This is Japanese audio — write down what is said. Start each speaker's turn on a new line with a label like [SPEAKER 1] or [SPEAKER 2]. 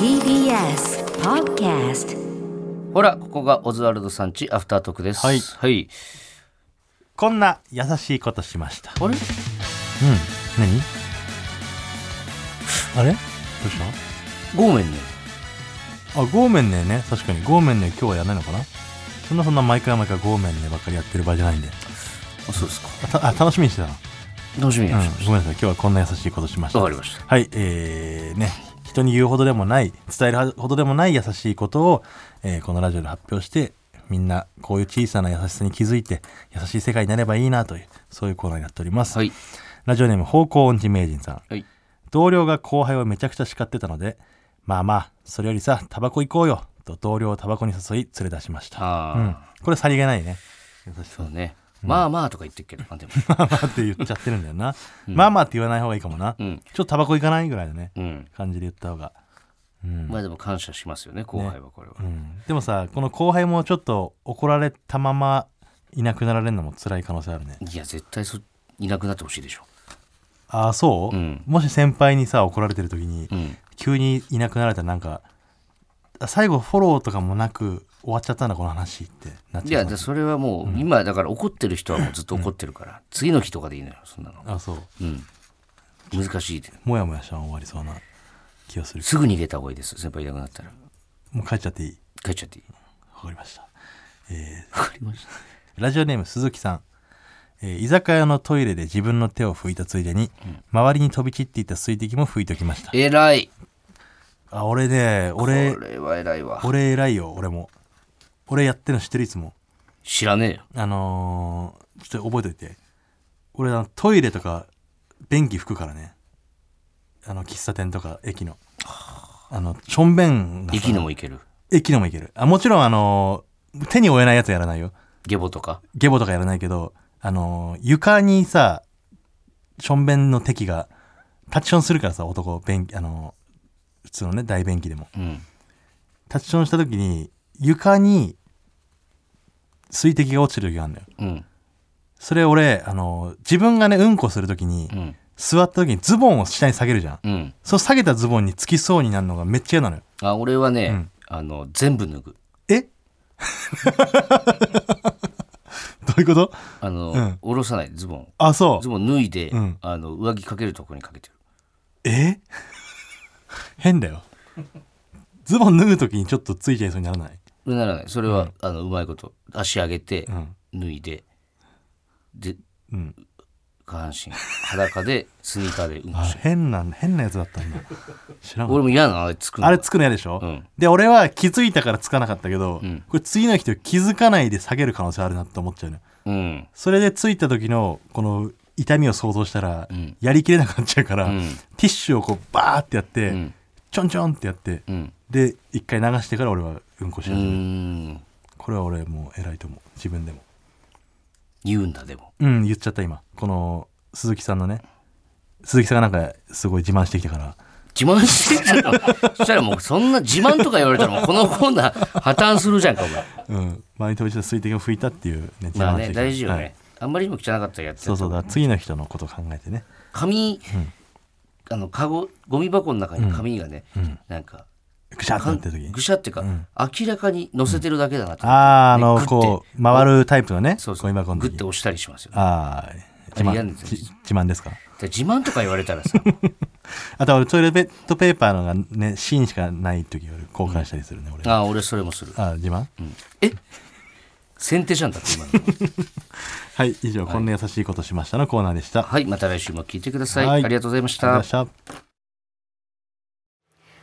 [SPEAKER 1] TBS Podcast
[SPEAKER 2] ほら、ここがオズワルドさんちアフタートークです。
[SPEAKER 3] はい
[SPEAKER 2] はい。
[SPEAKER 3] こんな優しいことしました。
[SPEAKER 2] あれ
[SPEAKER 3] うん。何あれどうし
[SPEAKER 2] ごめんね。
[SPEAKER 3] たあ、ごめんねね。確かに。ごめんね今日はやらないのかなそんなそんな毎回毎回ごめんねばっかりやってる場合じゃないんで。
[SPEAKER 2] あ、そうですか。
[SPEAKER 3] あ、たあ楽しみにしてたの。
[SPEAKER 2] 楽しみにしてま
[SPEAKER 3] うん。
[SPEAKER 2] し。
[SPEAKER 3] ごめんなさい。今日はこんな優しいことしましたた。
[SPEAKER 2] わ、かりました。
[SPEAKER 3] はい。えー、ね。人に言うほどでもない、伝えるほどでもない優しいことを、えーこのラジオで発表して、みんなこういう小さな優しさに気づいて、優しい世界になればいいなという、そういうコーナーになっております。
[SPEAKER 2] はい。
[SPEAKER 3] ラジオネーム、方向音痴名人さん。
[SPEAKER 2] はい。
[SPEAKER 3] 同僚が後輩をめちゃくちゃ叱ってたので、まあまあ、それよりさ、タバコ行こうよ、と同僚をタバコに誘い連れ出しました。
[SPEAKER 2] あ
[SPEAKER 3] う
[SPEAKER 2] あ、
[SPEAKER 3] ん。これさりげないね。優しさ
[SPEAKER 2] そうね。まあまあとか言ってるけど、まあで も。
[SPEAKER 3] まあまあって言っちゃってるんだよな。まあまあって言わない方がいいかもな。
[SPEAKER 2] うん
[SPEAKER 3] ちょっとタバコ行かないぐらいのね、
[SPEAKER 2] うん。
[SPEAKER 3] 感じで言った方が。うん。
[SPEAKER 2] まあでも感謝しますよね、後輩はこれは。
[SPEAKER 3] うんでもさ、この後輩もちょっと怒られたままいなくなられるのも辛い可能性あるね。
[SPEAKER 2] いや、絶対そいなくなってほしいでしょ。
[SPEAKER 3] ああ、そう、
[SPEAKER 2] うん
[SPEAKER 3] もし先輩にさ、怒られてる時に、
[SPEAKER 2] うん。
[SPEAKER 3] 急にいなくなられたらなんかあ最後フォローとかもなく終わっちゃったんだこの話ってなっ
[SPEAKER 2] い
[SPEAKER 3] ちゃ
[SPEAKER 2] や、
[SPEAKER 3] う
[SPEAKER 2] でそれはもう、今、だから怒ってる人はもうずっと怒ってるから、次の日とかでいいのよ、そんなの。
[SPEAKER 3] あそう
[SPEAKER 2] うん。難しいで。
[SPEAKER 3] もやもやしたら終わりそうな気がする
[SPEAKER 2] すぐ逃げた方がいいです、先輩いなくなったら。
[SPEAKER 3] もう帰っちゃっていい
[SPEAKER 2] 帰っちゃっていい。
[SPEAKER 3] わかりました
[SPEAKER 2] わかりました。
[SPEAKER 3] ラジオネーム鈴木さん、えー居酒屋のトイレで自分の手を拭いたついでに、周りに飛び散っていた水滴も拭いときました
[SPEAKER 2] 偉い。
[SPEAKER 3] あ俺ね
[SPEAKER 2] こ
[SPEAKER 3] 俺
[SPEAKER 2] れは偉いわ。
[SPEAKER 3] 俺偉いよ俺も俺やってるの知ってるいつも
[SPEAKER 2] 知らねえよ。
[SPEAKER 3] あのーちょっと覚えといて。俺、あのトイレとか、便器拭くからね。あの、喫茶店とか、駅の。あの、しょんべんがさ
[SPEAKER 2] 息のもいける。
[SPEAKER 3] 駅のもいける。あ、もちろん、あのー手に負えないやつやらないよ。
[SPEAKER 2] ゲボとか。
[SPEAKER 3] ゲボとかやらないけど、あのー床にさ、しょんべんの敵が、タッチションするからさ、男、便器、あのー普通のね、大便器でも。
[SPEAKER 2] うん。
[SPEAKER 3] タッチションした時に、床に、水滴が落ちてる時があるんだよ。
[SPEAKER 2] うん。
[SPEAKER 3] それ俺、あの、自分がね、うんこするときに
[SPEAKER 2] う、ん。
[SPEAKER 3] 座ったときにズボンを下に下げるじゃん。
[SPEAKER 2] うん。
[SPEAKER 3] そう下げたズボンにつきそうになるのがめっちゃ嫌なのよ。
[SPEAKER 2] あ、俺はね、
[SPEAKER 3] うん
[SPEAKER 2] あの、全部脱ぐ。
[SPEAKER 3] え どういうこと
[SPEAKER 2] あの、
[SPEAKER 3] うん
[SPEAKER 2] 下ろさない、ズボン。
[SPEAKER 3] あ、そ
[SPEAKER 2] ズ
[SPEAKER 3] う。
[SPEAKER 2] ボン脱いで、
[SPEAKER 3] うん
[SPEAKER 2] あの、上着かけるとこにかけてる。
[SPEAKER 3] え変だよ。ズボン脱ぐときにちょっとついちゃいそうにならない。
[SPEAKER 2] それならない。それは、あの、うまいこと。足上げて
[SPEAKER 3] う、ん。
[SPEAKER 2] 脱いで、で、
[SPEAKER 3] うん。
[SPEAKER 2] 下半身、裸で、スニーカーでうんこ
[SPEAKER 3] あ
[SPEAKER 2] してる。
[SPEAKER 3] 変な、変なやつだったんだ。知らんかっ
[SPEAKER 2] 俺も嫌なの、あれつく
[SPEAKER 3] た。
[SPEAKER 2] の。
[SPEAKER 3] あれつくの嫌でしょ、
[SPEAKER 2] うん
[SPEAKER 3] で、俺は気づいたからつかなかったけど、
[SPEAKER 2] うん
[SPEAKER 3] これ次の人気づかないで下げる可能性あるなって思っちゃうのよ。
[SPEAKER 2] うん。
[SPEAKER 3] それでついた時のこの痛みを想像したら
[SPEAKER 2] うん
[SPEAKER 3] やりきれなくなっちゃうから、
[SPEAKER 2] うん
[SPEAKER 3] ティッシュをこうバーってやって、
[SPEAKER 2] うん
[SPEAKER 3] ちょんちょんってやって、
[SPEAKER 2] うん。
[SPEAKER 3] で一回流してから俺はうんこし
[SPEAKER 2] う
[SPEAKER 3] 始める、
[SPEAKER 2] ーん。
[SPEAKER 3] これは俺もう偉いと思う自分でも
[SPEAKER 2] 言うんだ、でも。
[SPEAKER 3] うん言っちゃった今この鈴木さんのね鈴木さんがなんかすごい自慢してきたから
[SPEAKER 2] 自慢してんじゃんの。そしたらもう、そんな自慢とか言われたら、もうこのコーナー破綻するじゃんか、お前。
[SPEAKER 3] うん周りと一緒に水滴を拭いたっていうね自
[SPEAKER 2] まあ
[SPEAKER 3] 慢して
[SPEAKER 2] ね、
[SPEAKER 3] きた
[SPEAKER 2] 大事よね。
[SPEAKER 3] はい
[SPEAKER 2] あんまりにも汚かったらやって
[SPEAKER 3] そうそうだから次の人のことを考えてね
[SPEAKER 2] 紙、あの、かご、ゴミ箱の中に紙がね、
[SPEAKER 3] うん
[SPEAKER 2] なんか、
[SPEAKER 3] ぐしゃって
[SPEAKER 2] か
[SPEAKER 3] なんってる時に
[SPEAKER 2] ぐしゃっていうか、
[SPEAKER 3] うん
[SPEAKER 2] 明らかに乗せてるだけだなと、
[SPEAKER 3] ああーあの
[SPEAKER 2] ね
[SPEAKER 3] こ
[SPEAKER 2] グッ
[SPEAKER 3] う回るタイプのね
[SPEAKER 2] てそう
[SPEAKER 3] ゴ
[SPEAKER 2] そう
[SPEAKER 3] ミ箱の
[SPEAKER 2] グ
[SPEAKER 3] 時
[SPEAKER 2] ッて押したりしますよ。だか
[SPEAKER 3] ああ、自
[SPEAKER 2] あれ嫌で
[SPEAKER 3] 慢、
[SPEAKER 2] すよ
[SPEAKER 3] じ自慢ですから
[SPEAKER 2] 自慢とか言われたら さ、
[SPEAKER 3] あと俺トイレットペーパーのがね、芯しかない時俺交換したりするね、俺。あ
[SPEAKER 2] ああ、俺それもする。
[SPEAKER 3] あ、自慢
[SPEAKER 2] え先手じゃんだって今の。
[SPEAKER 3] はい、以上、こんな優しいことしましたのコーナーでした。
[SPEAKER 2] はい、また来週も聞いてください。
[SPEAKER 3] はい
[SPEAKER 2] ありがとうございまし
[SPEAKER 3] ありがとうござい
[SPEAKER 2] た
[SPEAKER 3] ま。し